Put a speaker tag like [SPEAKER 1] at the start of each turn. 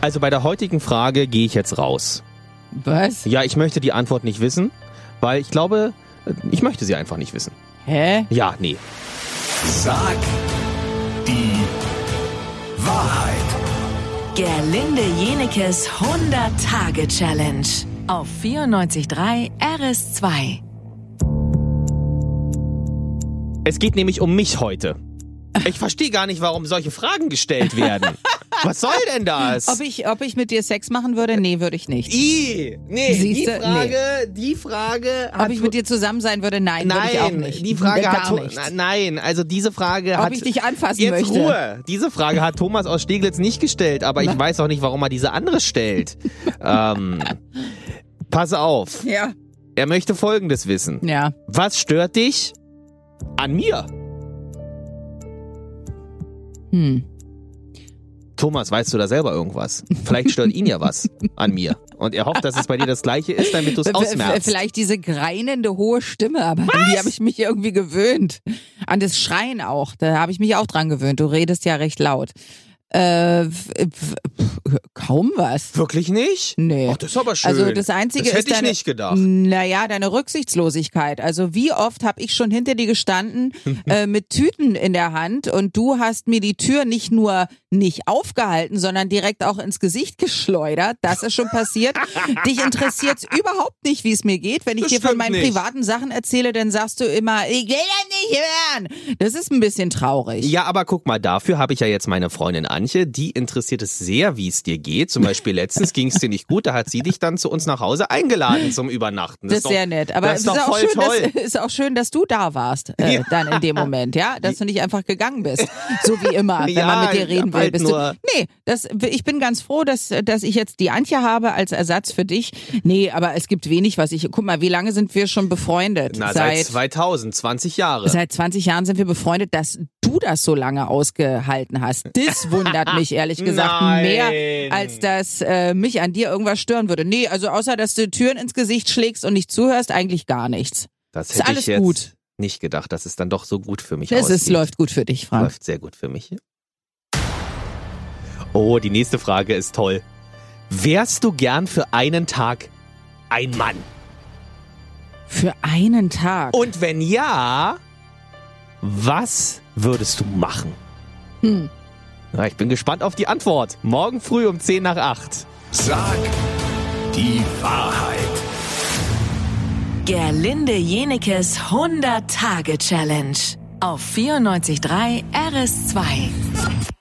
[SPEAKER 1] Also bei der heutigen Frage gehe ich jetzt raus.
[SPEAKER 2] Was?
[SPEAKER 1] Ja, ich möchte die Antwort nicht wissen, weil ich glaube, äh, ich möchte sie einfach nicht wissen.
[SPEAKER 2] Hä?
[SPEAKER 1] Ja, nee.
[SPEAKER 3] Sag die Wahrheit.
[SPEAKER 4] Gerlinde Jenekes 100-Tage-Challenge auf 94.3 RS2.
[SPEAKER 1] Es geht nämlich um mich heute. Ich verstehe gar nicht, warum solche Fragen gestellt werden. Was soll denn das?
[SPEAKER 2] Ob ich, ob ich mit dir Sex machen würde? Nee, würde ich nicht.
[SPEAKER 1] I, nee,
[SPEAKER 2] Siehste,
[SPEAKER 1] die Frage, die Frage hat
[SPEAKER 2] Ob ich mit dir zusammen sein würde? Nein, würde ich auch
[SPEAKER 1] Nein,
[SPEAKER 2] nicht.
[SPEAKER 1] die Frage
[SPEAKER 2] Gar
[SPEAKER 1] hat To-
[SPEAKER 2] nicht.
[SPEAKER 1] Na- Nein, also diese Frage
[SPEAKER 2] Ob
[SPEAKER 1] hat
[SPEAKER 2] ich dich anfassen
[SPEAKER 1] Jetzt
[SPEAKER 2] möchte.
[SPEAKER 1] Ruhe. Diese Frage hat Thomas aus Steglitz nicht gestellt, aber ich weiß auch nicht, warum er diese andere stellt. ähm, pass auf.
[SPEAKER 2] Ja.
[SPEAKER 1] Er möchte folgendes wissen.
[SPEAKER 2] Ja.
[SPEAKER 1] Was stört dich an mir?
[SPEAKER 2] Hm.
[SPEAKER 1] Thomas, weißt du da selber irgendwas? Vielleicht stört ihn ja was an mir. Und er hofft, dass es bei dir das gleiche ist, damit du es
[SPEAKER 2] V- v-
[SPEAKER 1] ausmerzt.
[SPEAKER 2] Äh, Vielleicht diese greinende hohe Stimme, aber an die habe ich mich irgendwie gewöhnt. An das Schreien auch, da habe ich mich auch dran gewöhnt. Du redest ja recht laut. Äh, f- f- pf, kaum was.
[SPEAKER 1] Wirklich nicht?
[SPEAKER 2] Nee.
[SPEAKER 1] Ach, das ist aber schön.
[SPEAKER 2] Also das Einzige
[SPEAKER 1] das
[SPEAKER 2] ist
[SPEAKER 1] hätte ich
[SPEAKER 2] deine,
[SPEAKER 1] nicht gedacht.
[SPEAKER 2] Naja, deine Rücksichtslosigkeit. Also wie oft habe ich schon hinter dir gestanden äh, mit Tüten in der Hand und du hast mir die Tür nicht nur nicht aufgehalten, sondern direkt auch ins Gesicht geschleudert. Das ist schon passiert. Dich interessiert überhaupt nicht, wie es mir geht. Wenn ich
[SPEAKER 1] Das
[SPEAKER 2] dir von
[SPEAKER 1] stimmt
[SPEAKER 2] meinen
[SPEAKER 1] nicht.
[SPEAKER 2] privaten Sachen erzähle, dann sagst du immer, ich will das nicht hören. Das ist ein bisschen traurig.
[SPEAKER 1] Ja, aber guck mal, dafür habe ich ja jetzt meine Freundin Antje, die interessiert es sehr, wie es dir geht. Zum Beispiel letztens ging es dir nicht gut, da hat sie dich dann zu uns nach Hause eingeladen zum Übernachten.
[SPEAKER 2] Das ist
[SPEAKER 1] doch-
[SPEAKER 2] sehr nett. Aber
[SPEAKER 1] das
[SPEAKER 2] es
[SPEAKER 1] ist
[SPEAKER 2] ist,
[SPEAKER 1] doch
[SPEAKER 2] auch
[SPEAKER 1] voll
[SPEAKER 2] schön,
[SPEAKER 1] toll.
[SPEAKER 2] Dass, ist auch schön, dass du da warst, äh,
[SPEAKER 1] Ja.
[SPEAKER 2] dann in dem Moment, ja? Dass du nicht einfach gegangen bist. So wie immer, wenn man
[SPEAKER 1] Ja,
[SPEAKER 2] mit dir
[SPEAKER 1] ich
[SPEAKER 2] reden
[SPEAKER 1] hab
[SPEAKER 2] will.
[SPEAKER 1] halt
[SPEAKER 2] bist
[SPEAKER 1] nur-
[SPEAKER 2] du, nee, das, ich bin ganz froh, dass, dass ich jetzt die Antje habe als Ersatz für dich. Nee, aber es gibt wenig, was ich. Guck mal, wie lange sind wir schon befreundet?
[SPEAKER 1] Na, seit, 2000, 20 Jahre.
[SPEAKER 2] Seit 20 Jahren sind wir befreundet, dass du das so lange ausgehalten hast. Das wundert mich ehrlich gesagt
[SPEAKER 1] Nein.
[SPEAKER 2] mehr,
[SPEAKER 1] Hm.
[SPEAKER 2] als dass äh, mich an dir irgendwas stören würde. Nee, also außer, dass du Türen ins Gesicht schlägst und nicht zuhörst, eigentlich gar nichts.
[SPEAKER 1] das
[SPEAKER 2] ist
[SPEAKER 1] hätte
[SPEAKER 2] alles
[SPEAKER 1] ich jetzt
[SPEAKER 2] gut.
[SPEAKER 1] nicht gedacht, dass es dann doch so gut für mich
[SPEAKER 2] Es
[SPEAKER 1] aussieht.
[SPEAKER 2] ist, läuft gut für dich, Frank.
[SPEAKER 1] Läuft sehr gut für mich. Oh, die nächste Frage ist toll. Wärst du gern für einen Tag ein Mann?
[SPEAKER 2] Für einen Tag.
[SPEAKER 1] Und wenn ja, was würdest du machen?
[SPEAKER 2] Hm.
[SPEAKER 1] Na, ich bin gespannt auf die Antwort. Morgen früh um 10 nach 8.
[SPEAKER 3] Sag die Wahrheit.
[SPEAKER 4] Gerlinde Jenekes 100-Tage-Challenge auf 94.3 RS2.